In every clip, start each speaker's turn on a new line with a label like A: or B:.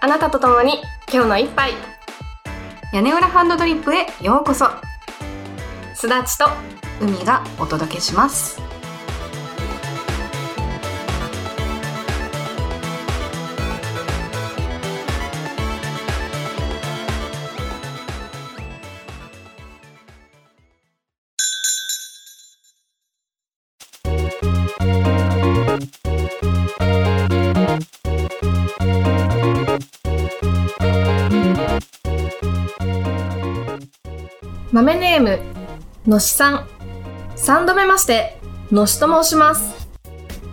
A: あなたと共に今日の一杯
B: 屋根裏ハンドドリップへようこそ
A: すだちと
B: 海がお届けします
A: 豆ネームのしさん3度目ましてのしと申します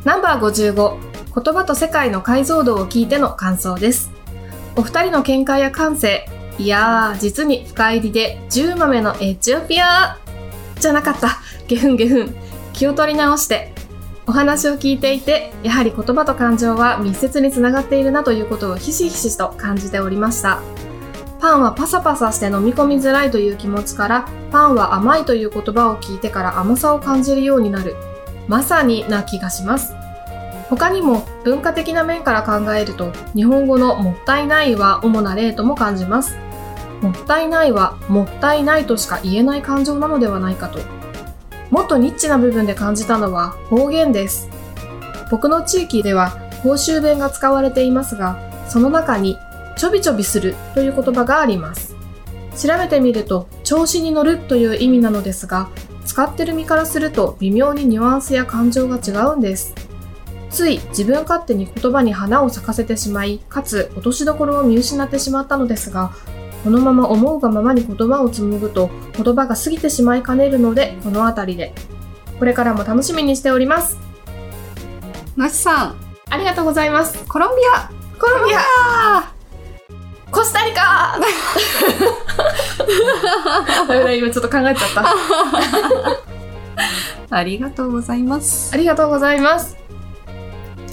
A: ナンバー55言葉と世界の解像度を聞いての感想ですお二人の見解や感性いやー実に深入りで10豆のエチオピアじゃなかったゲフンゲフン気を取り直してお話を聞いていてやはり言葉と感情は密接につながっているなということをひしひしと感じておりましたパンはパサパサして飲み込みづらいという気持ちから、パンは甘いという言葉を聞いてから甘さを感じるようになる。まさにな気がします。他にも文化的な面から考えると、日本語のもったいないは主な例とも感じます。もったいないはもったいないとしか言えない感情なのではないかと。もっとニッチな部分で感じたのは方言です。僕の地域では公衆弁が使われていますが、その中にちょびちょびするという言葉があります。調べてみると、調子に乗るという意味なのですが、使ってる身からすると微妙にニュアンスや感情が違うんです。つい自分勝手に言葉に花を咲かせてしまい、かつ落としどころを見失ってしまったのですが、このまま思うがままに言葉を紡ぐと言葉が過ぎてしまいかねるので、このあたりで。これからも楽しみにしております。
B: のしさん
A: ありがとうございます。
B: コロンビア
A: コロンビアコスタリカダメだ 今ちょっと考えちゃった。
B: ありがとうございます
A: ありがとうございます。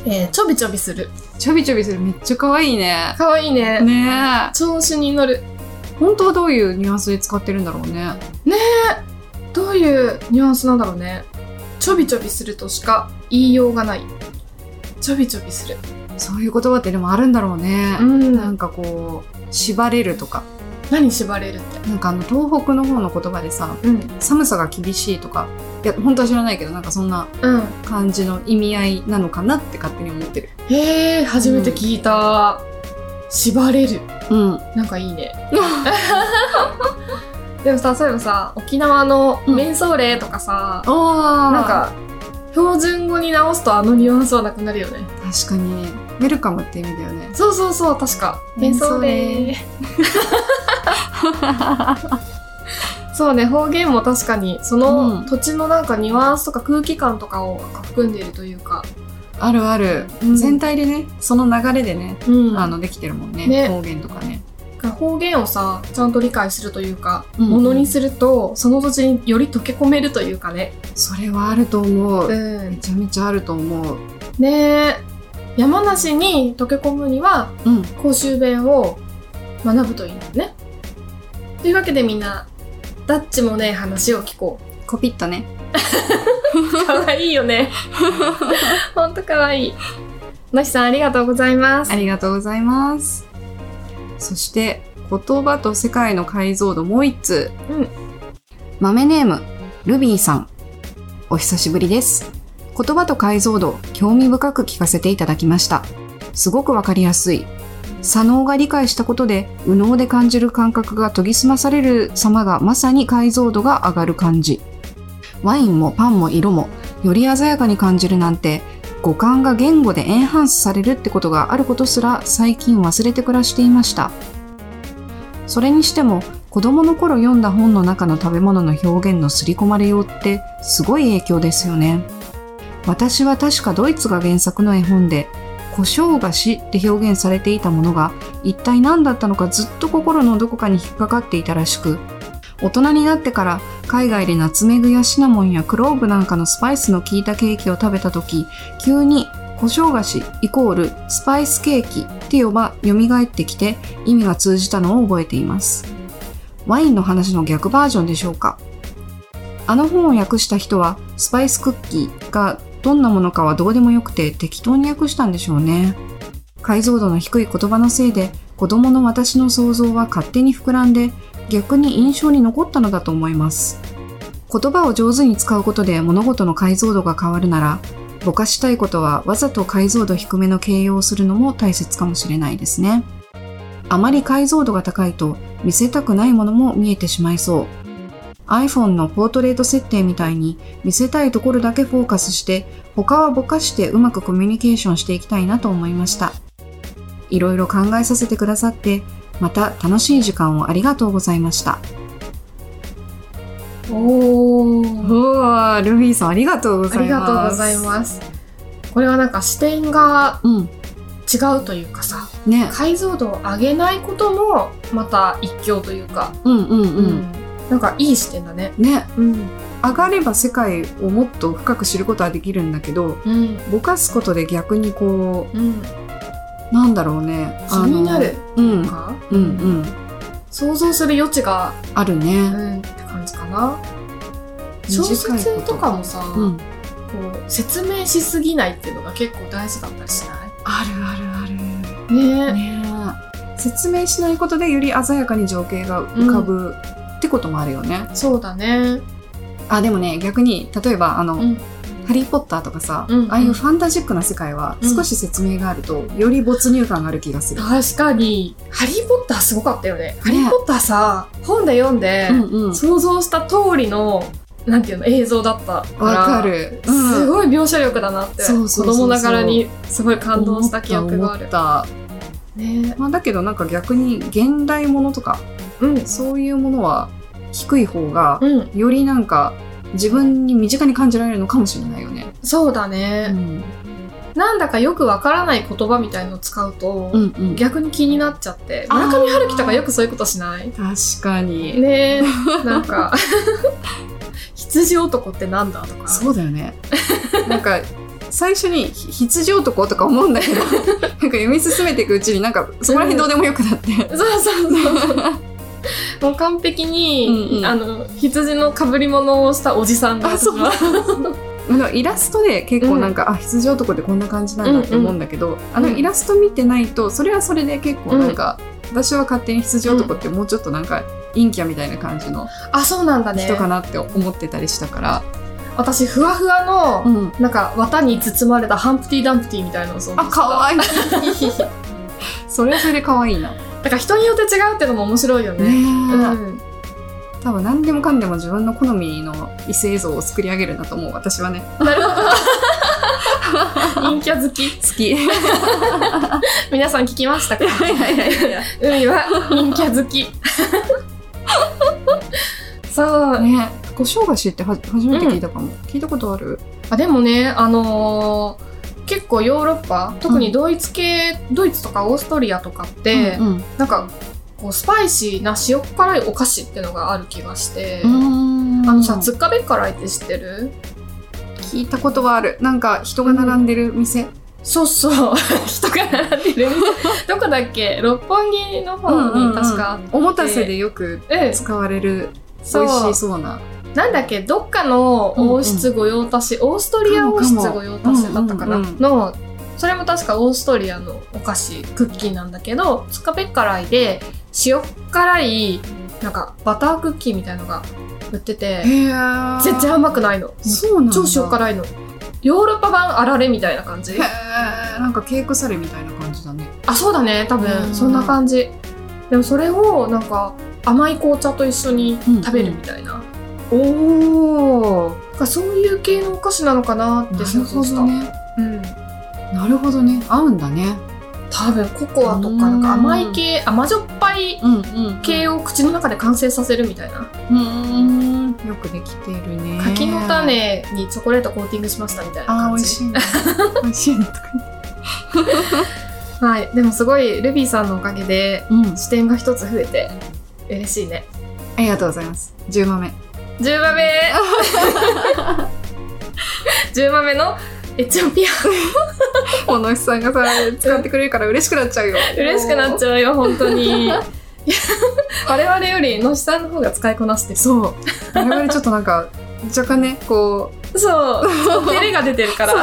A: えー、ちょびちょびする。
B: ちょびちょびするめっちゃ可愛いね
A: かわいいね。
B: ねえ
A: 調子に乗る。
B: 本当はどういうニュアンスで使ってるんだろうね
A: どういうニュアンスなんだろうね。ちょびちょびするとしか言いようがない。ちょびちょびする。
B: そういう言葉ってでもあるんだろうね
A: ん
B: なんかこう縛れるとか
A: 何縛れるって。
B: なんかあの東北の方の言葉でさ
A: うん。
B: 寒さが厳しいとかいや本当は知らないけどなんかそんな
A: うん。
B: 感じの意味合いなのかなって勝手に思ってる
A: へえ、初めて聞いた。縛れる。
B: うん
A: なんかいいね。でもさ、そういえばさ、沖縄の
B: うん
A: 面相令とかさ、
B: あ
A: なんか、標準語に直すとあのニュアンスはなくなるよね。
B: 確かにウェルカムって意味だよね
A: そうそうそう、確か。
B: 幻
A: そ
B: 想
A: う
B: で
A: ね。そうね、方言も確かに、その
B: うん
A: 土地のなんかニュアンスとか空気感とかをなんか含んでいるというか。
B: あるある、
A: うん
B: 全体でねその流れでね、
A: うん
B: あのできてるもんね
A: ね
B: 方言とかね
A: 方言をさ、ちゃんと理解するというか、
B: うん
A: ものにすると、その土地により溶け込めるというかね。
B: それはあると思う、
A: うん
B: めちゃめちゃあると思う
A: ねえ山梨に溶け込むには
B: うん
A: 公衆弁を学ぶといいんだよね。というわけでみんなダッチもねえ話を聞こ
B: コピッとね
A: う。かわいいよ ね。ほんとかわいい。のしさんありがとうございます
B: あ。りがとうございますそして言葉と世界の解像度もう一通、
A: うん
B: 豆ネームルビーさんお久しぶりです言葉と解像度興味深く聞かせていただきましたすごくわかりやすい左脳が理解したことで右脳で感じる感覚が研ぎ澄まされる様がまさに解像度が上がる感じワインもパンも色もより鮮やかに感じるなんて五感が言語でエンハンスされるってことがあることすら最近忘れて暮らしていましたそれにしても子供の頃読んだ本の中の食べ物の表現の刷り込まれようってすごい影響ですよね私は確かドイツが原作の絵本で胡椒菓子って表現されていたものが一体何だったのかずっと心のどこかに引っかかっていたらしく大人になってから海外でナツメグやシナモンやクローブなんかのスパイスの効いたケーキを食べた時急に胡椒菓子イコールスパイスケーキって呼ば蘇ってきて意味が通じたのを覚えていますワインの話の逆バージョンでしょうかあの本を訳した人はスパイスクッキーがどんなものかはどうでもよくて適当に訳したんでしょうね解像度の低い言葉のせいで子供の私の想像は勝手に膨らんで逆に印象に残ったのだと思います言葉を上手に使うことで物事の解像度が変わるならぼかしたいことはわざと解像度低めの形容をするのも大切かもしれないですねあまり解像度が高いと見せたくないものも見えてしまいそう iPhone のポートレート設定みたいに見せたいところだけフォーカスして他はぼかしてうまくコミュニケーションしていきたいなと思いましたいろいろ考えさせてくださってまた楽しい時間をありがとうございました
A: おー。
B: わあルビーさんありがとうご
A: ありがとうございます。これはなんか視点が
B: うん
A: 違うというかさ、
B: ね
A: 解像度を上げないこともまた一興というか、
B: うんうんうん
A: なんかいい視点だね。
B: ね
A: うん。
B: 上がれば世界をもっと深く知ることはできるんだけど
A: うん。
B: ぼかすことで逆にこ
A: うん。
B: うなんだろうね
A: 気になる
B: あのうんうん
A: か、
B: うん
A: 想像する余地が、
B: ある
A: う
B: ね、
A: ん、って感じかな。小
B: 短いこ
A: 説とかもさ、
B: うん、
A: こう説明しすぎないっていうのが結構大事だったりしな
B: あるあるある
A: いね
B: ねえ説明しないことでより鮮やかに情景が浮かぶ、ってこともあるよね
A: そうだね。
B: あでもね逆に例えばあの、
A: うん
B: ハリー・ポッター」とかさ、
A: うん
B: ああいうファンタジックな世界は
A: うん
B: 少し説明があると、より没入感がある気がする、
A: 確かに、ハリー・ポッターすごかったよね。ハリー・ポッターさ、本で読んで、
B: うんうん
A: 想像した通りの、なんていうの、映像だったから。
B: わか。る、うん
A: すごい描写力だなって、
B: そうそうそうそう
A: 子供ながらにすごい感動した記憶があ
B: 思
A: る
B: っ。た思っ
A: ね
B: た、まあ、だけどなんか逆に現代ものとか
A: うん。
B: そういうものは低い方が
A: うん。
B: よりなんか自分に身近に感じられるのかもしれないよね。
A: そうだ
B: う
A: ね。
B: ん
A: なんだかよくわからない言葉みたいのを使うと、
B: うんうん、
A: 逆に気になっちゃって。
B: あー
A: 村上春樹とかよくそういうことしない
B: 確かに、
A: ねえ、なんか、 羊男ってなんだとか。
B: そうだよ ね。なんか最初にひ羊男とか思うんだけど、なんか読み進めていくうちになんかそこら辺どうでもよくなって。
A: そうそうそうそう。もう完璧に、
B: うんうん
A: あの、羊の被り物をしたおじさんが
B: あそう
A: 私は
B: あのイラストで結構なんか、あ羊男ってこんな感じなんだって思うんだけど、あのイラスト見てないとそれはそれで結構なんか、私は勝手に羊男ってもうちょっとなんか陰キャみたいな感じの
A: あ、そうなんだね
B: 人。かなって思ってたりしたから、
A: 私、ふわふわの、
B: うん、
A: なんか、綿に包まれたハンプティ・ダンプティみたいなのを想像
B: あ
A: してた
B: 可愛い それはそれで可愛いな。ね
A: だから人によって違うってのも面白いよ
B: え
A: ね。うん。
B: 多分何でもかんでも自分の好みの異性像を作り上げるんだと思う私はね
A: 陰キャ好き。
B: 好 き
A: 皆さん聞きま したか
B: ね
A: 海は陰キャ好 き。そう。
B: 胡椒菓子っては初めて聞いたかも、聞いたことある
A: あでもね、あのー結構ヨーロッパ、特にドイツ系、ドイツとかオーストリアとかって、
B: うんうん
A: なんかこうスパイシーな塩辛いお菓子ってのがある気がして、
B: うーん
A: あのさ、つっかべっ辛いって知ってる
B: 聞いたことはあるなんか人が並んでる店、
A: そうそう、人が並んでる。 どこだっけ六本木の方に確かあって。
B: おもたせでよく
A: うん
B: 使われる美
A: そう
B: 味しそうな
A: なんだっけどっかの王室御用達、オーストリア王室御用達だったかな、
B: かもかもうんうんうん
A: のそれも確かオーストリアのお菓子クッキーなんだけどつかべっ辛いで塩辛いなんかバタークッキーみたいのが売ってて
B: へ
A: 全然甘くないの
B: そうなんだ
A: 超塩辛いのヨーロッパ版あられみたいな感じ
B: へーなんかケークサレみたいな感じだね
A: あそうだね多
B: うん
A: 分そんな感じでもそれをなんか甘い紅茶と一緒に食べるみたいな、
B: おお
A: なんかそういう系のお菓子なのかなって
B: な
A: 想
B: る
A: 像
B: ほ
A: した、
B: どね
A: うん
B: なるほどね合うんだね
A: 多分ココアとか
B: うん
A: なんか甘い系甘じょっぱい
B: うんうん
A: 系を口の中で完成させるみたいな、
B: うーんよくできているね
A: 柿の種にチョコレートコーティングしましたみたいな
B: あー
A: 感
B: 美味
A: じ
B: しいね 美味しいねとか言って
A: はいでもすごいルビーさんのおかげで
B: うん
A: 視点が一つ増えて嬉しいね
B: ありがとうございます10番目
A: 10番目 10番目のエチオピ
B: おのしさんがさ使ってくれるから嬉しくなっちゃうよ
A: ア嬉しくなっち
B: ゃ
A: ゃうよ本当にい や我々よりのしさんの方が使いこなして
B: うそう我々ちょっとなんか若干ねこ
A: るそう照れが出てるから
B: う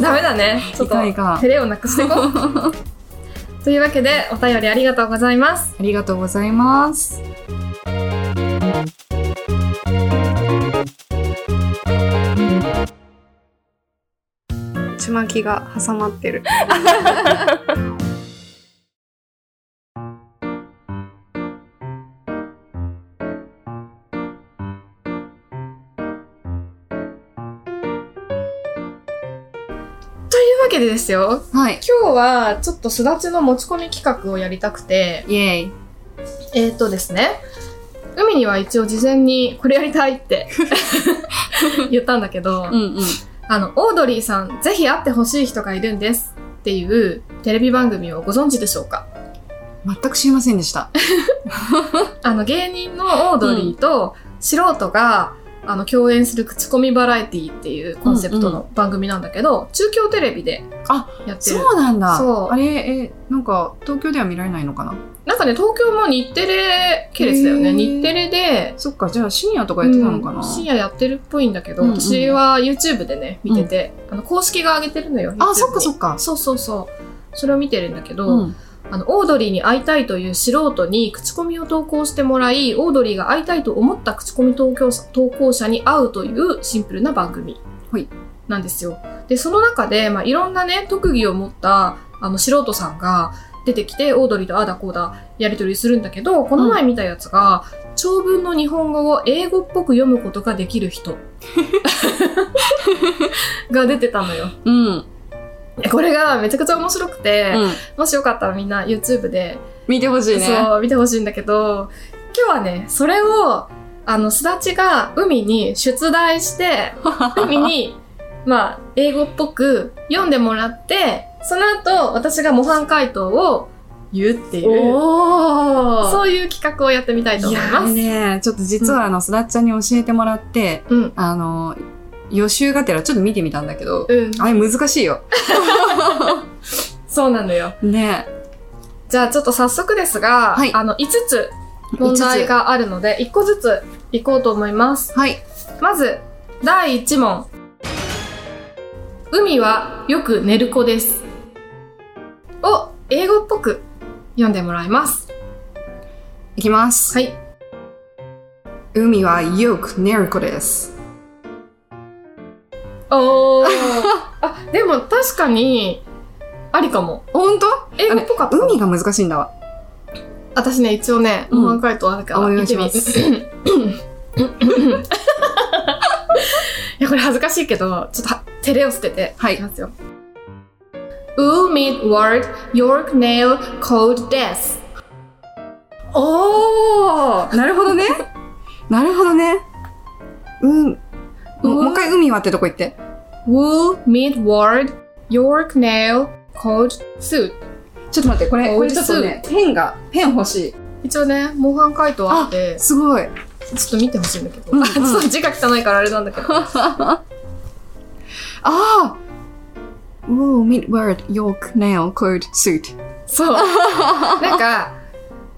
A: ダメだねちょっと
B: 理解が
A: 照れをなくしていこう というわけで、お便りありがとうございます。
B: ありがとうございます。ちまきが挟まってる。
A: というわけでですよ、
B: はい。
A: 今日はちょっとすだちの持ち込み企画をやりたくて、
B: イエーイ。
A: えー、とですね、海には一応事前にこれやりたいって 言ったんだけど、
B: うんうん。
A: あの、オードリーさん、ぜひ会ってほしい人がいるんですっていうテレビ番組をご存知でしょうか
B: 全く知りませんでした。
A: あの、芸人のオードリーと素人が、あの、共演する口コミバラエティっていうコンセプトの番組なんだけど、中京テレビで
B: あ
A: やってる。
B: そうなんだ。
A: そう
B: あれ、え、なんか、東京では見られないのかな
A: なんかね、東京も日テレ系列だよ
B: へ
A: ね。
B: ー
A: 日テレで、
B: そっか、じゃあ深夜とかやってたのかな、
A: うん深夜やってるっぽいんだけど、
B: うんうん
A: 私は YouTube でね、見てて、あの、公式が上げてるのよ。
B: あ、そっかそ
A: っか。
B: っか。
A: そうそうそう。それを見てるんだけど、
B: うん。
A: あの、オードリーに会いたいという素人に口コミを投稿してもらい、オードリーが会いたいと思った口コミ投稿者投稿者に会うというシンプルな番組。
B: はい
A: なんですよ。で、その中で、まあ、いろんなね、特技を持った、あの、素人さんが出てきて、オードリーとああだこうだ、やりとりするんだけど、この前見たやつが、長文の日本語を英語っぽく読むことができる 人。が出てたのよ。
B: うん。
A: いやこれがめちゃくちゃ面白くて、もしよかったらみんな YouTube で
B: 見てほしいね。
A: そう、見てほしいんだけど、今日はね、それを、あの、すだちが海に出題 して、海に、まあ、英語っぽく読んでもらって、その後、私が模範回答を言うっていう、
B: おー
A: そういう企画をやってみたいと思
B: い
A: い
B: や
A: ま
B: ー
A: す。
B: ね、ちょっと実はあの、すだっちゃんに教えてもらって、
A: うん。
B: あの、予習がてらちょっと見てみたんだけど、
A: うん。
B: あれ難しいよ。
A: そうなのよ。
B: ね
A: じゃあ、ちょっと早速ですが、
B: はい
A: あの、5つ問題があるので、1個ずついこうと思います。
B: はい。
A: まず、第1問。海はよく寝る子です。を英語っぽく読んでもらいます。
B: いきます。
A: はい。
B: 海はよく寝る子です。
A: おー。あ、でも確かに、ありかも。
B: ほんと
A: 英語っぽかったかも。
B: 海が難しいんだわ。
A: 私ね、一応ね、
B: うん
A: 模範解答あるから、
B: お願
A: 見て
B: いし
A: み
B: ます。
A: いや、これ恥ずかしいけど、ちょっとは照れを捨てて、
B: はい
A: いきますよ。Umid word York nail cold death. おー
B: なるほどね。 なるほどね。うん。も
A: う
B: もう一回海はってとこ行って。
A: !Umid word York nail cold suit.
B: ちょっと待って、これ、
A: お
B: これちょっとね、ペンが、ペン欲し
A: 一応ね、模範解答あって
B: い。、すごい。
A: ちょっと見てほしいんだけど。
B: うんうん
A: あ ちょっと字が汚いからあれなんだけど。
B: ああ !Woo, Midward, York, Nail, Code, Suit.
A: そう。なんか、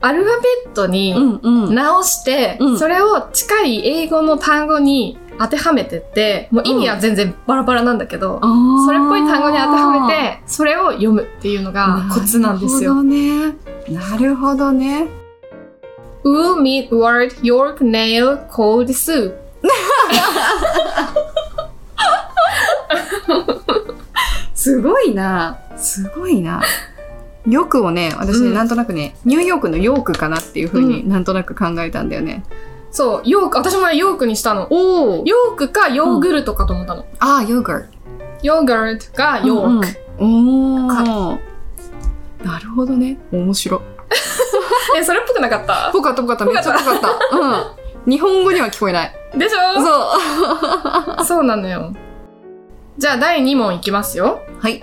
A: アルファベットに、
B: んうん。
A: 直して、
B: うん
A: それを近い英語の単語に当てはめてって、もう意味は全然バラバラなんだけど、それっぽい単語に当てはめて、それを読むっていうのがコツなんですよ。
B: なるほどね。なるほどね。
A: Will meet word York nail cold soup.
B: すごいな。すごいな。よくをね、私ね、
A: うん
B: なんとなくね、ニューヨークのヨークかなっていうふう
A: う
B: になんとなく考えたんだよね。
A: そう、ヨーク、私もね、ヨークにしたの。
B: おお
A: ヨークかヨーグルトかと思ったの。
B: ああ、ヨーグル
A: ヨーグルトか
B: ト。
A: ヨーク。
B: うんうん。おお。なるほどね。面白。
A: え、それっぽくなかった
B: ぽかったぽかった、めっちゃぽかった。うん。日本語には聞こえない。
A: でし
B: そ
A: ょ
B: う。は
A: そうなのよ。じゃあ第2問いきますよ。
B: い。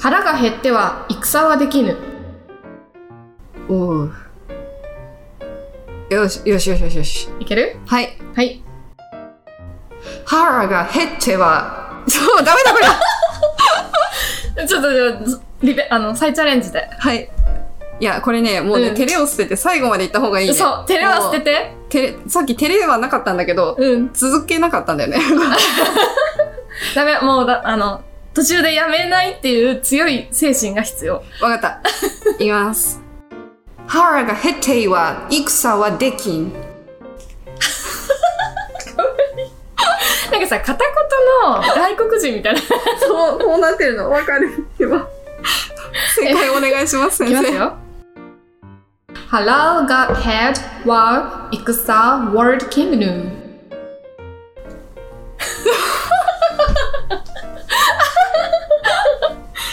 A: 腹が減っては戦はできぬ。
B: おうよしよしよしよしよし
A: いける
B: はい
A: はい。
B: 腹が減って はそうダメだこれ
A: ちょっとじゃあずリベ、あの、再チャレンジで。
B: はいいやこれねもうね、
A: うん
B: 照れを捨てて最後まで行った方がいいね
A: そう、照れは捨てて。
B: 照れさっき照れはなかったんだけど
A: うん。
B: 続けなかったんだよね
A: ダメ、もうだ、あの、途中でやめないっていう強い精神が必要。
B: わかった。いきます。腹が減っていは戦はできん。
A: なんかさ、片言の外国人みたいな。い
B: そう、こうなってるの。わかる。今。正解お願いします、先
A: きます
B: 生。
A: よ。Hello, got head, wow, Ixar, world kingdom.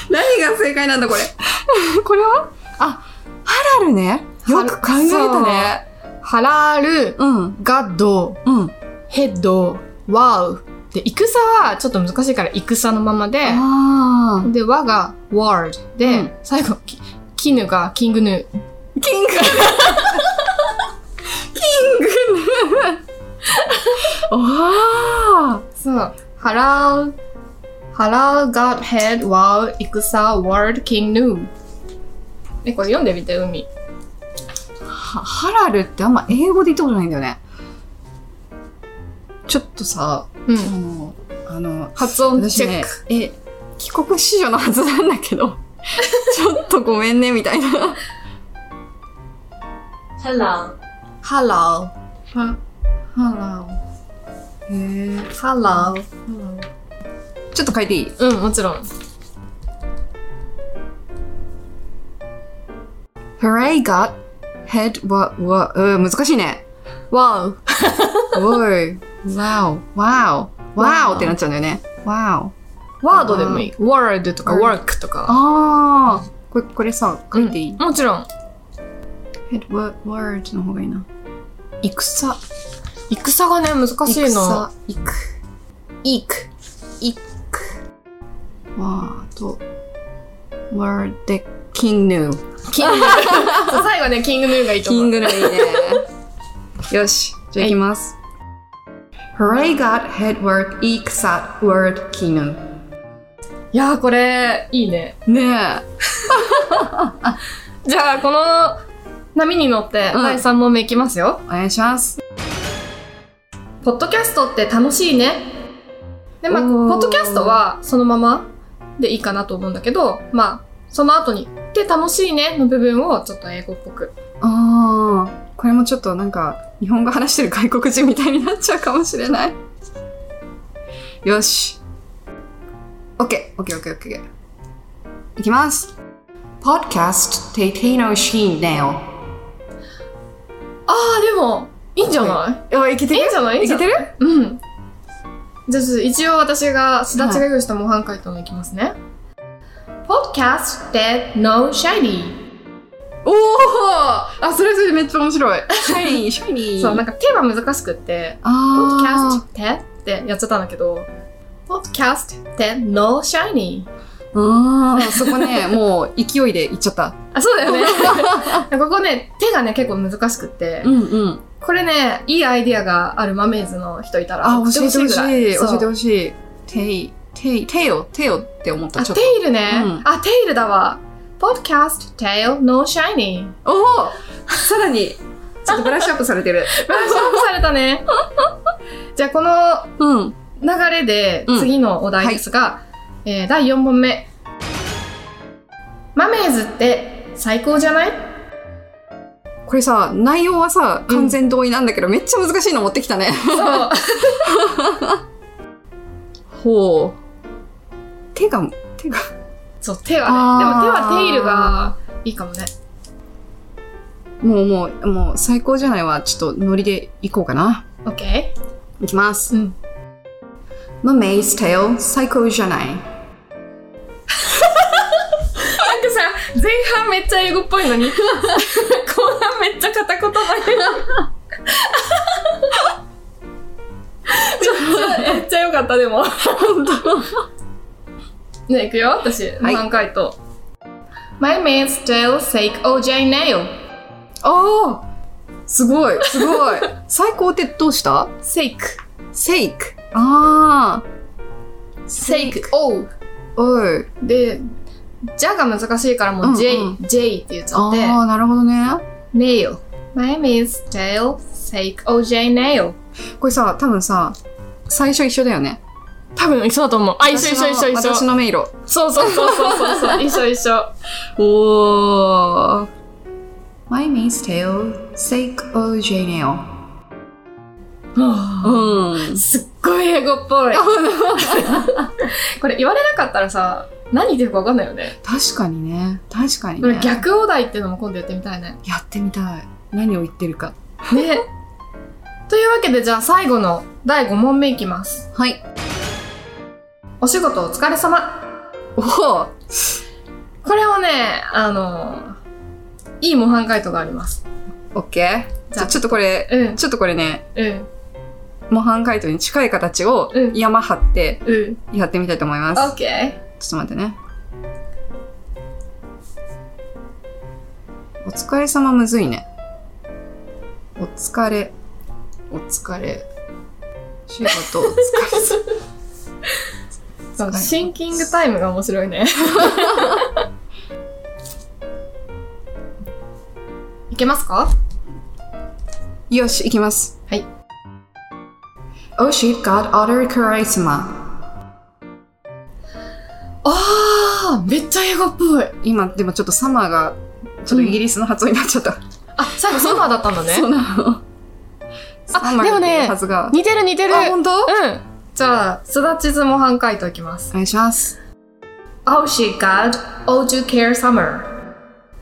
B: 何が正解なんだ、これ。 これはあ、ハラルね。よく考えたね。
A: ハラール、
B: うん、
A: ガッド、
B: うん。
A: ヘッド、ワウ。で、戦はちょっと難しいから戦のままで、
B: あ
A: で、和がワール
B: う
A: で、
B: ん
A: 最後、きキヌがキングヌー。
B: ー。キング。 キン グ。おー。
A: そう。ハラー、ハラー、ガッヘッド、ワウ、戦、ワール、キングヌー。え、これ読んでみて、海。
B: はハラルってあんま英語で言ったことないんだよね。ちょっとさ、
A: う
B: あ
A: ん。
B: の、あの、
A: 発音チ
B: 私
A: ェッ
B: ね
A: ク。、
B: え、帰国子女のはずなんだけど、 ちょっとごめんね、みたいな。
A: Hello. Hello.
B: ハ、ハラル。へえ。
A: Hello.
B: ちょっと書いていい
A: うん、もちろん。
B: ?Hooray got head wa, wa, うん、難しいね。
A: Wow.
B: wow, wow, wow, wow ってなっちゃうんだよね。wow.
A: ワードでもいい。word とか
B: Word
A: work とか。
B: あー、これ、これさ、書いていい、
A: うんもちろん。
B: ?head wa, word の方がいいな。戦。
A: 戦がね、難しいの。
B: いく
A: イク。
B: いくわーとワーデキングヌー
A: キングヌー。そう最後ね、キングヌーがいいと
B: キ
A: 思
B: ン
A: う。
B: グヌーいいね よしじゃあいきます、Hooray got head work eek sat word kinu
A: いやー、これ、いいね。
B: ね
A: じゃあ、この波に乗って、
B: うん
A: 第3問目いきますよ
B: え。お願いします
A: ポッドキャストって楽しいね。で、まあ、
B: お
A: ポ
B: ー
A: ッドキャストはそのままでいいかなと思うんだけど、まあ、その後に、で、楽しいねの部分をちょっと英語っぽく。
B: あーこれもちょっとなんか日本語話してる外国人みたいになっちゃうかもしれないよし OKOKOKOK いきます Podcast テイテイのシーンだよ
A: あー、でも、いいんじゃない
B: あ、いけて
A: い
B: る
A: いんじゃないいいん
B: い
A: じ
B: け
A: ゃな
B: て
A: い
B: る
A: うん。じゃあ、一応私が、すだちが用意した模範解答のいきますね。ポッドキャストって No Shiny。
B: おおあ、それそれめっちゃ面白い。シャイニー、シャイニー。
A: そう、なんか手は難しくって、ポッドキャス
B: あ
A: トってってやっちゃったんだけど、ポッドキャストって No Shiny。
B: ー。あーそこね、もう勢いでいっちゃった。
A: あ、そうだ よね。ここね、手がね、結構難しくって、
B: んうん。
A: これね、いいアイディアがあるマメイズの人いたら、
B: あ、教えてほし
A: ぐら
B: い。
A: そ
B: 教
A: う
B: えてほしい。テイ、テイ、テイよ、テイよって思った。
A: あ、
B: ちょっ
A: テイルね。
B: うん
A: あ、テイルだわ。Podcast Tail No Shiny。
B: と。おおさらに、ちょっとブラッシュアップされてる。
A: ブラッシュアップされたね。じゃあ、この
B: うん。
A: 流れで
B: うん
A: 次のお題ですが、えー第4問目。マメーズって最高じゃ ない
B: これさ、内容はさ、完全同意なんだけど、めっちゃ難しいの持ってきたね。
A: そう。
B: ほう。手が、手が、
A: そう、手
B: あー
A: はね。でも手はテイルがいいかもね。
B: もうもう、もう最高じゃないわ。ちょっとノリで行こうかな。
A: OK?
B: いきます。
A: うん。
B: マメイステイ最高じゃない。
A: なんかさ、前半めっちゃ英語っぽいのに、後半めっちゃ片言だけど。めっちゃ良かった、でも。ね、いくよ、私。
B: い
A: 何回と。My man's still sake OJ nail.
B: ああすごい、すごい。 最高ってどうした
A: Sake.
B: セイク。ああ。
A: Sake O.
B: おい。
A: で、じゃが難しいからもう J、
B: うん
A: J って言っちゃ
B: あ
A: っ
B: あ
A: て。
B: ー、なるほどね。
A: Nail. My man's still sake OJ nail.
B: これさ、多分さ、最初一緒だよね。
A: 多分一緒だと思う。あ、一緒一緒一緒一緒。
B: 私の迷路。
A: そうそうそうそうそうそう。一緒一緒。おー。
B: My means tale, sake o genio. う ん。
A: すっごい英語っぽい。これ言われなかったらさ、何言ってるかわかんないよね。
B: 確かにね。確かに
A: これ
B: ね。
A: 逆お題っていうのも今度やってみたいね。
B: やってみたい。何を言ってるか。
A: ね。 というわけでじゃあ最後の第5問目いきます。
B: はい。
A: お仕事お疲れ様。
B: おお。
A: これはね、あの、いい模範解答があります。
B: オッケー。
A: じ
B: じ
A: ゃあ
B: ゃあちょっとこれ、
A: うん、
B: ちょっとこれね、
A: うん、
B: 模範解答に近い形を
A: うん
B: 山張って
A: うん。
B: やってみたいと思い
A: オ
B: ます。
A: ッケ
B: ちょっと待ってね。お疲れ様むずいね。お疲れ。お疲れ。仕事お疲
A: ー。
B: れ
A: そう、
B: 様。
A: シンキングタイムが面白いね。 いけますか
B: よし、行きます。
A: はい。
B: Oh, she's got other charisma.
A: あー、めっちゃ英語っぽい。
B: 今、でもちょっとサマーが、ちょっとイギリスの発音になっちゃった。
A: あ、最後サマーだったんだね。
B: そうなの。サマー
A: でもね
B: っていうはずが。
A: 似てる似てる。
B: あ、本当？お
A: うん。じゃあ、すだちず模範解答いきます。
B: 願いします。
A: Oh, she got all you care summer.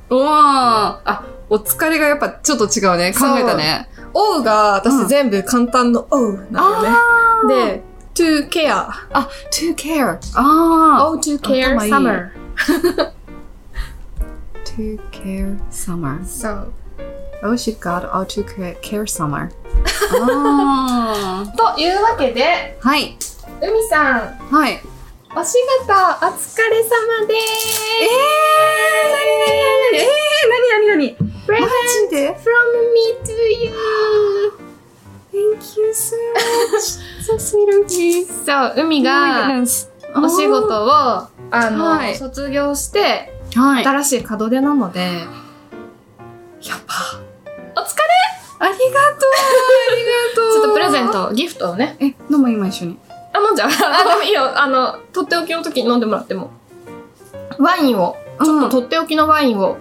B: おーあ、お疲れがやっぱちょっと違うね。考えたね。
A: Oh が
B: う
A: 私
B: ん
A: 全部簡単の Oh なんだよね。
B: あで、
A: で、to care.
B: あ、to care。あ
A: Oh, to care
B: 頭いい
A: summer.
B: ー。to care summer。
A: そう。
B: Oh, she got all to care, care summer. あ
A: というわけで、
B: ー。はい。
A: 海さん、
B: はい。え
A: お仕事お疲れ様でー
B: えー、えー、なになになに
A: す。プレゼン
B: マジで
A: from me to you.
B: Thank you so much. so sweet of you.
A: そう、海が
B: Oh my goodness.
A: お仕事を、あの、
B: はい
A: 卒業して、
B: はい。
A: 新しい門出なので、やっぱ、お疲れ
B: ありがとう。ありがとう。
A: ちょっとプレゼン。ト、ギフトをね。
B: え、どうも今一緒に。
A: あ、飲んじゃう。あ、 でもいいよ。あの、とっておきの時に飲んでもらっても。ワインを、
B: ちょ
A: とっておきのワインを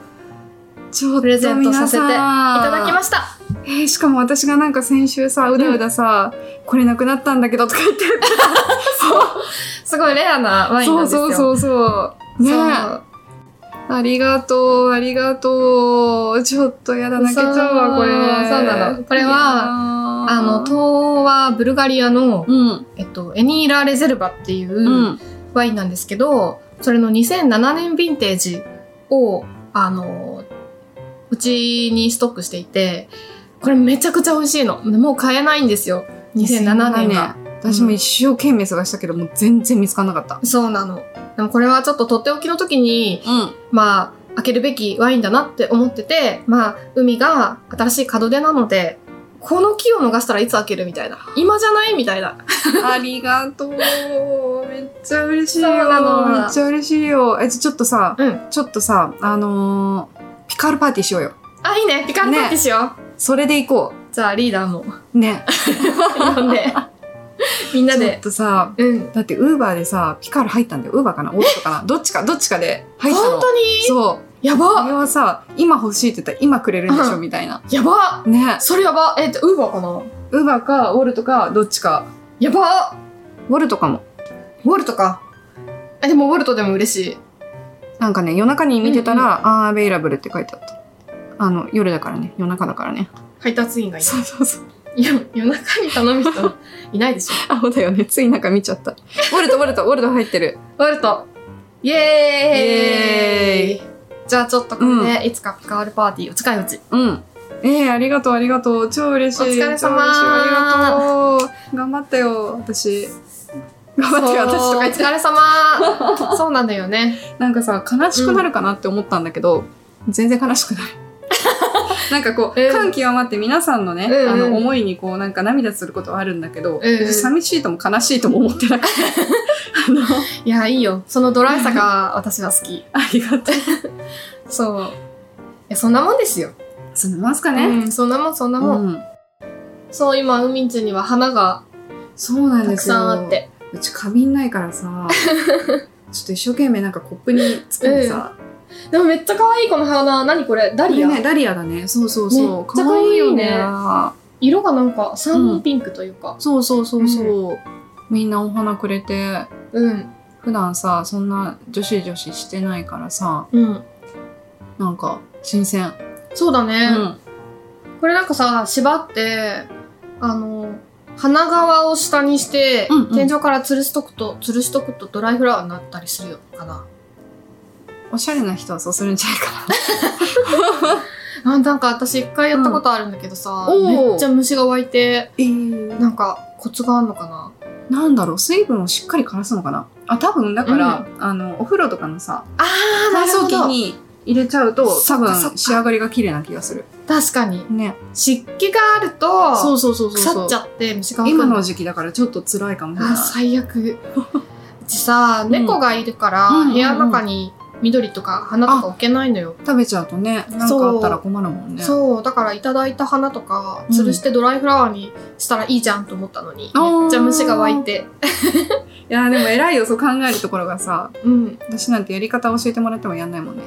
B: ちょっと
A: プレゼントさせてい
B: 皆さん
A: ただきました。
B: えーしかも私がなんか先週さ、うだうださ、これなくなったんだけどとか言ってる。
A: すごいレアなワインなん
B: そう
A: ですよ。
B: そうそうそう。ねえ
A: そう
B: ありがとう、ありがとう。ちょっとやだ、泣けちゃうわ、これ。
A: そうなのこれはあの、
B: と、
A: 東はブルガリアの、
B: うん、。
A: えっと、エニーラ・レゼルバっていうううんワインなんですけど、それの2007年ヴィンテージを、あの、うちにストックしていて、これめちゃくちゃ美味しいの。もう買えないんですよ。2007年が。
B: 私も一生懸命探したけど、もう全然見つからなかった。
A: そうなの。でもこれはちょっととっておきの時に、
B: うん。
A: まあ、開けるべきワインだなって思ってて、まあ、海が新しい門出なので、この木を逃したらいつ開けるみたいな。今じゃないみたいな。
B: ありがとう。めっちゃ嬉しいよ。
A: そうなの
B: めっちゃ嬉しいよ。え、じゃちょっとさ、
A: うん
B: ちょっとさ、あのーピカールパーティーしようよ。
A: あ、いいね。ピカンパーティーしよう。
B: それで行こ
A: じゃあ、リーダーも
B: う。ね。
A: 呼んで。みんな
B: ちょっ
A: で。
B: とさ、
A: うん。
B: だってウーバーでさ、ピカール入ったんだよ。ウーバーかなオートかなどっちか、どっちかで入ったの。
A: 本当に
B: そう。
A: や
B: こ
A: ば
B: れはさ、今欲しいって言ったら今くれるんでしょ、
A: うん
B: みたいな。
A: やば
B: ね。
A: それやばえっと、ウーバーかな
B: ウーバーか、ウォルトか、どっちか。
A: やば
B: ウォルトかも。
A: ウォルトか。あ、でもウォルトでも嬉しい。
B: なんかね、夜中に見てたら、あーアベイラブルって書いてあった。あの、夜だからね。夜中だからね。
A: 配達員がい
B: そうそうそう。
A: いや、夜中に頼む人いないでしょ。
B: あ、そうだよね。ついなんか見ちゃった。ウォルト、ウォルト、ウォルト入ってる。
A: ウォルト。イエーイ
B: イエ
A: じゃあちょっとこれで、いつかピカールパーティーを近いうち。
B: うん。ええありがとう、ありがとう。超嬉しい。
A: お疲れ様
B: 超嬉しいありがとう。頑張ったよ、私。頑張ったよ、私とか言っ
A: そうお疲れ 様そうなんだよね。
B: て。なんかさ、悲しくなるかなって思ったんだけど、全然悲しく ない。なんかこう、
A: うん
B: 感極まって皆さんのね、
A: うん
B: あ
A: うん
B: の、思いにこう、なんか涙することはあるんだけど、
A: うんうん
B: 寂しいとも悲しいとも思ってなかった。あの、
A: いや、いいよ。そのドライさが私は好き。
B: ありがとう。
A: そう。いや、そんなもんですよ。
B: そんなもんすか
A: う
B: ね。
A: ん、そんなもん、そんな
B: う
A: もん。
B: ん。
A: そう、今、海んちには花が
B: そうなん
A: た
B: で
A: く
B: すよ。
A: さんあって。
B: うち花瓶ないから さちょっと一生懸命なんかコップに突っ込んでさ、
A: でもめっちゃ可愛いこの花。何これダ
B: こ
A: リ
B: れ
A: ア、
B: ねダリアだねそうそうそ
A: め
B: う
A: っちゃ可愛いよね
B: 可愛いよね
A: 色がなんかサーモンピンクというか。
B: そうそうそうそう、みんなお花くれて
A: うん。
B: 普段さそんな女子女子してないからさ
A: うん。
B: なんか新鮮
A: そうだ
B: う
A: ね、これなんかさ、縛って、あの、花側を下にして、
B: うんうん
A: 天井から吊るしとくと、吊るしとくとドライフラワーになったりするよかな。
B: おしゃれな人はそうするんじゃないか
A: あなんか私一回やったことあるんだけどさ、
B: うんおー
A: めっちゃ虫が湧いて、
B: え
A: なんかコツがあるのかな。
B: なんだろう水分をしっかりからすのかなあ多分だから、あのお風呂とかのさ
A: あー、
B: 乾燥機
A: なるほど。
B: に入れちゃうと
A: そ
B: 多
A: っか
B: 分
A: そっか
B: 仕上がりが綺麗な気がする
A: 確かに。
B: ね
A: 湿気があると、
B: そうそうそうそう
A: 腐っちゃって虫が湧くんだ
B: 今の時期だからちょっと辛いかもしれない
A: あ最悪う ちさ猫がいるから、
B: うん
A: 部屋の中に緑とか花とか置けないのよ、
B: 食べちゃうとねなんかあったら困るもんね
A: そうだからいただいた花とか吊るしてドライフラワーにしたらいいじゃんと思ったのに、
B: あー
A: めっちゃ虫が湧いて
B: いやでも偉いよそう考えるところがさ
A: うん
B: 私なんてやり方教えてもらってもやんないも んね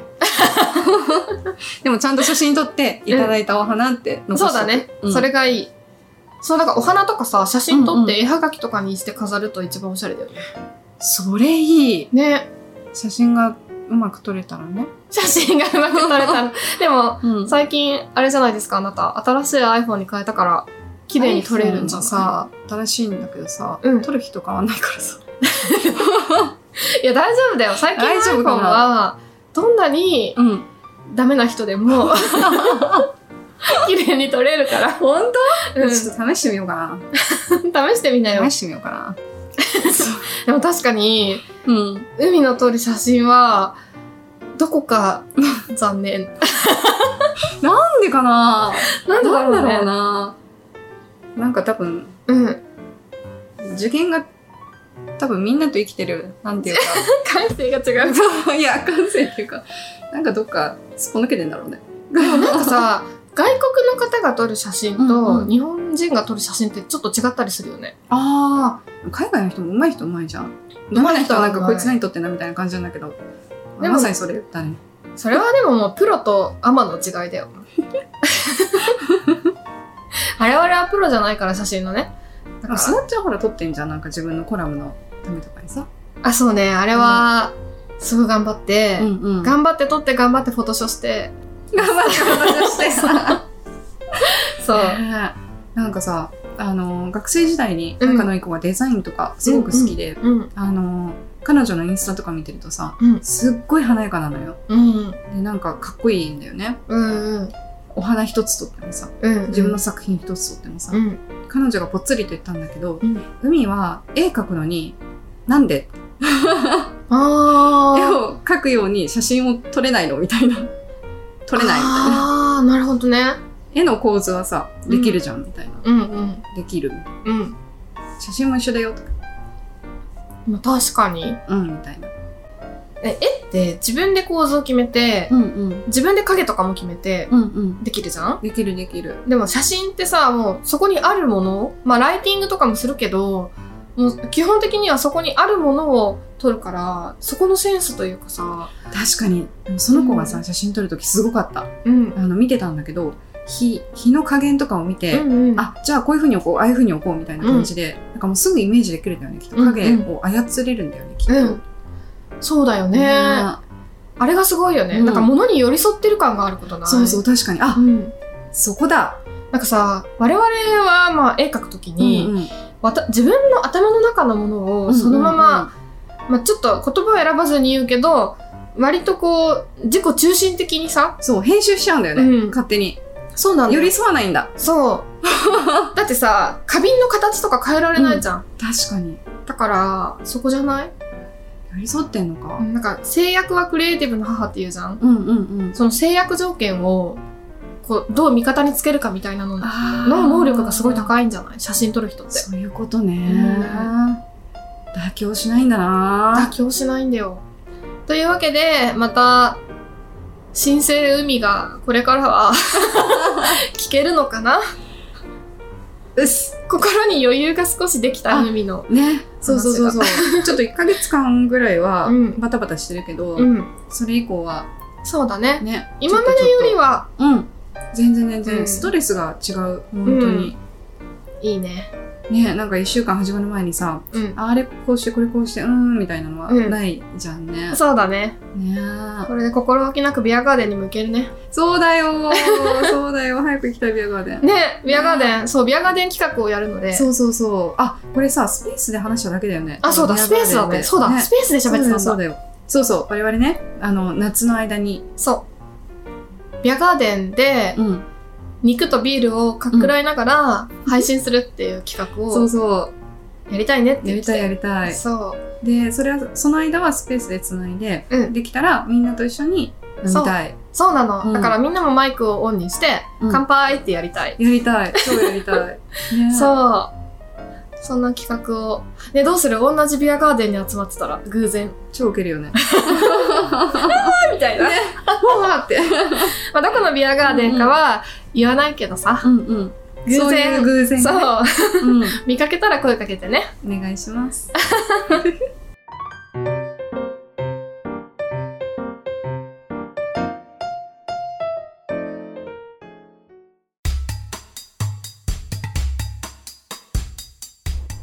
B: でもちゃんと写真撮っていただいたお花って残しと
A: そ
B: く
A: うだね、
B: うん
A: それがいいそうだからお花とかさ写真撮っ
B: う
A: て絵はがきとかにして飾ると一番おしゃれだよね
B: それいい
A: ね
B: 写真がうまく撮れたらね
A: 写真がうまく撮れたら でも
B: うん
A: 最近あれじゃないですかあなた新しい iPhone に変えたから綺麗に撮れるんじゃない
B: さ新しいんだけどさ、
A: うん
B: 撮る人変わんないからさ
A: いや大丈夫だよ最近
B: 大丈
A: の iPhone
B: 夫かな
A: はどんなに
B: うん
A: ダメな人でも 綺麗に撮れるから、
B: 本当、
A: うん、
B: ち
A: 試
B: ょっと試してみようか
A: してみなよ
B: な試してみようかな
A: でも確かに
B: うん
A: 海の撮る写真はどこか 残念
B: なんでかな
A: なんでだろうね
B: なんななんか多分
A: うん
B: 受験が多分みんなと生きてるなんて いう
A: 感性が違う
B: かいや感性っていうかなんかどっかすっぽ抜けてんだろうね
A: でもなんかさ外国の方が撮る写真
B: うんう
A: と
B: ん
A: 日本人が撮る写真ってちょっと違ったりするよね
B: ああ海外の人も上手い人上手いじゃん上
A: 上
B: 手
A: 手
B: い
A: い
B: 人
A: 人
B: は
A: は
B: なんか
A: 上
B: こ
A: 手い
B: いつ何撮ってんだみたいな感じなんだけど
A: でも
B: まさにそれだね
A: それはでももうプロとアマの違い だよ。我々はプロじゃないから写真のね。だ
B: なん
A: か
B: からすなっちゃんほら撮ってんじゃんなんか自分のコラムのためとかにさ
A: あ、そうね、あれは、すごい頑張って、
B: うん
A: 頑
B: 頑
A: 張って撮って頑張ってフォトショーして、
B: 張ってことしてさ
A: そう。
B: なんかさあのー学生時代に仲のいい子がデザインとかすごく好きで、
A: うん、
B: あのー彼女のインスタとか見てるとさ
A: うん、
B: すっごい華やかなのよ
A: うん、
B: でなんかかっこいいんだよね
A: うん、うん、
B: お花一つとってもさ
A: うん。
B: 自分の作品一つとってもさ、
A: うん、
B: 彼女がぽつりと言ったんだけど、
A: うん
B: 海は絵描くのになんで絵
A: あー。
B: を描くように写真を撮れないのみた いな撮れないみたいな
A: あー、なるほどね。
B: 絵の構図はさできるじゃん、みたいな
A: うん、うん、
B: できる
A: うん。
B: 写真も一緒だよとか
A: まあ、確かに。
B: うんみたいな
A: え、絵って自分で構図を決めて、
B: うんうん
A: 自分で影とかも決めて、
B: うんうん
A: できるじゃん
B: できるできる
A: でも写真ってさ、もうそこにあるもの、まあライティングとかもするけど、もう基本的にはそこにあるものを撮るから、そこのセンスというかさ、
B: 確かにでもその子がさ、
A: うん
B: 写真撮るときすごかった
A: うん。
B: あの見てたんだけど日日の加減とかを見て、
A: うんうん、
B: あじゃあこういうふうに置こうああいうふうに置こうみたいな感じで、なんかもうすぐイメージできるんだよねきっと影
A: うん
B: を操れるんだよね、きっと、
A: うん。そうだよね。あれがすごいよね。
B: うん
A: なんか物に寄り添ってる感があることない。
B: そうそう確かにあ、
A: うん。
B: そこだ、
A: なんかさ、我々はまあ絵描くときに、
B: うんうん
A: わた自分の頭の中のものをそのまま、まあちょっと言葉を選ばずに言うけど、割とこう、自己中心的にさ、
B: そう編集しちゃうんだよね、
A: うん
B: 勝手に
A: そうなんだ
B: 寄
A: よ
B: り添わないんだ
A: そう。 だってさ、花瓶の形とか変えられないじゃん。
B: 確かに
A: だから、そこじゃない
B: 寄り添ってんのか、
A: うんなんか、制約はクリエイティブの母っていうじゃん。
B: うん、うんうん
A: その制約条件を、こう、どう味方につけるかみたいなのの
B: あー
A: 能力がすごい高いんじゃない写真撮る人って。
B: そういうことね、
A: うん
B: 妥協しないんだ
A: 妥
B: な
A: 協しないんだよ。というわけで、また、新 生海がこれからは聞けるのかな
B: う
A: うっす心に余裕が少しできた
B: あ
A: 海の。
B: ね。そうそうそうそう。ちょっと1ヶ月間ぐらいは
A: うん
B: バタバタしてるけど、
A: うん。
B: それ以降は
A: そうだね。
B: ね。
A: 今までより
B: は。
A: は
B: うん。全然全
A: う
B: 然、
A: ん
B: ストレスが違う。本当に。
A: いいね。
B: ね、なんか1週間始まる前にさ、
A: うん。
B: あれこうしてこれこうして、うーん、みたいなのは
A: うん
B: ないじゃんね。
A: そうだね。
B: ね
A: これで心置きなくビアガーデンにも行けるね。
B: そうだよ ーそうだよ早く行きたいビアガーデン。
A: ね、ビアガーデン、そう、ビアガーデン企画をやるので。
B: そうそうそう。あ、これさ、スペースで話しただけだよね。
A: あ、そうだ、
B: ビア
A: ス
B: ガ
A: ペ
B: デン
A: ースだっ
B: で
A: て。そうだ、
B: ね
A: スペースで喋ってたん
B: そう
A: だ。
B: だよ。そうそう。我々ね、あの、夏の間に。
A: そう。ビアガーデンで
B: うん。
A: 肉とビールをかっくらいながら配信するっていう企画
B: そう
A: を
B: そ
A: やりたいねって
B: う。や
A: 言っ
B: り
A: てて
B: たいやりたい。
A: そう。
B: で、それは、その間はスペースでつないで、
A: うん
B: できたらみんなと一緒に飲みたい。
A: そうな
B: う
A: の。
B: ん
A: だからみんなもマイクをオンにして、
B: うん
A: 乾杯ってやりたい。
B: やりたい。超やり たい。ね、う。
A: そう。そんな企画を。ね、どうする同じビアガーデンに集まってたら、偶然。
B: 超ウケるよね。
A: みたいな。
B: わーって。
A: まあ、どこのビアガーデンかは言わないけどさ。
B: うんうん。
A: 偶然
B: そういう偶然ね。
A: そう。
B: うん。
A: 見かけたら声かけてね。
B: お願いします。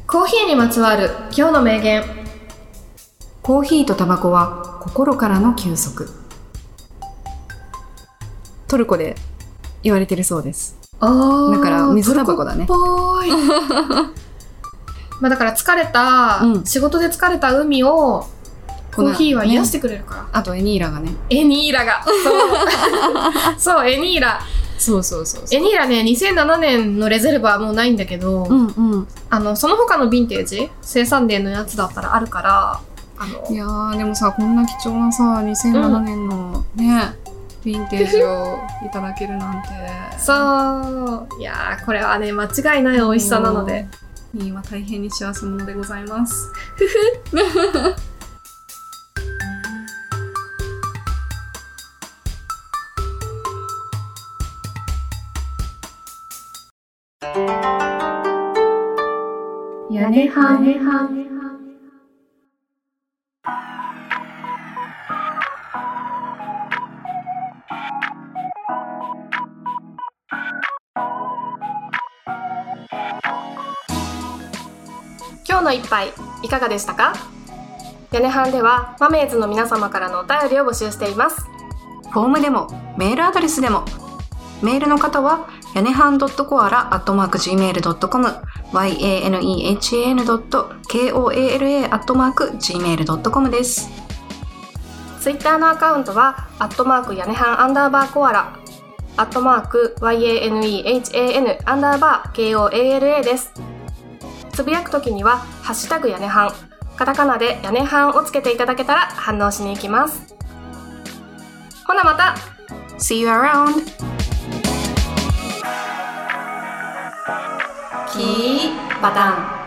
A: コーヒーにまつわる今日の名言。
B: コーヒーとタバコは心からの休息。トルコで言われてるそうです。
A: あ
B: だから水タバコだね
A: ぽー い。まあだから疲れた、
B: うん
A: 仕事で疲れた海をコーヒーは癒してくれるから。
B: あとエニーラがね。
A: エニーラが。 そうそう、エニーラ。
B: そうそうそうそ
A: エニーラね、2007年のレゼルバーもうないんだけど、
B: う。うんうん。
A: あの、その他のヴィンテージ、生産デーのやつだったらあるから、あの
B: い、やーでもさこんな貴重なさ2007年のね、ヴィンテージをいただけるなん て
A: そう、いやー、これはね、間違いない美味しさなので。
B: もう今大変に幸せ者でございます
A: 屋根はねは今日の一杯いかがでしたか屋根班ではマメーズの皆様からのお便りを募集しています
B: フォームでもメールアドレスでもメールの方はやねはん .coala.gmail.com yanehan.koala.gmail.com です
A: ツイッターのアカウントは、アットマーク屋根半アンダーバーコアラ、アットマーク YANEHAN アンダーバー KOALA です。つぶやくときには、ハッシュタグ屋根半、カタカナで屋根半をつけていただけたら反応しに行きます。ほなまた
B: See you around!
A: キーバタン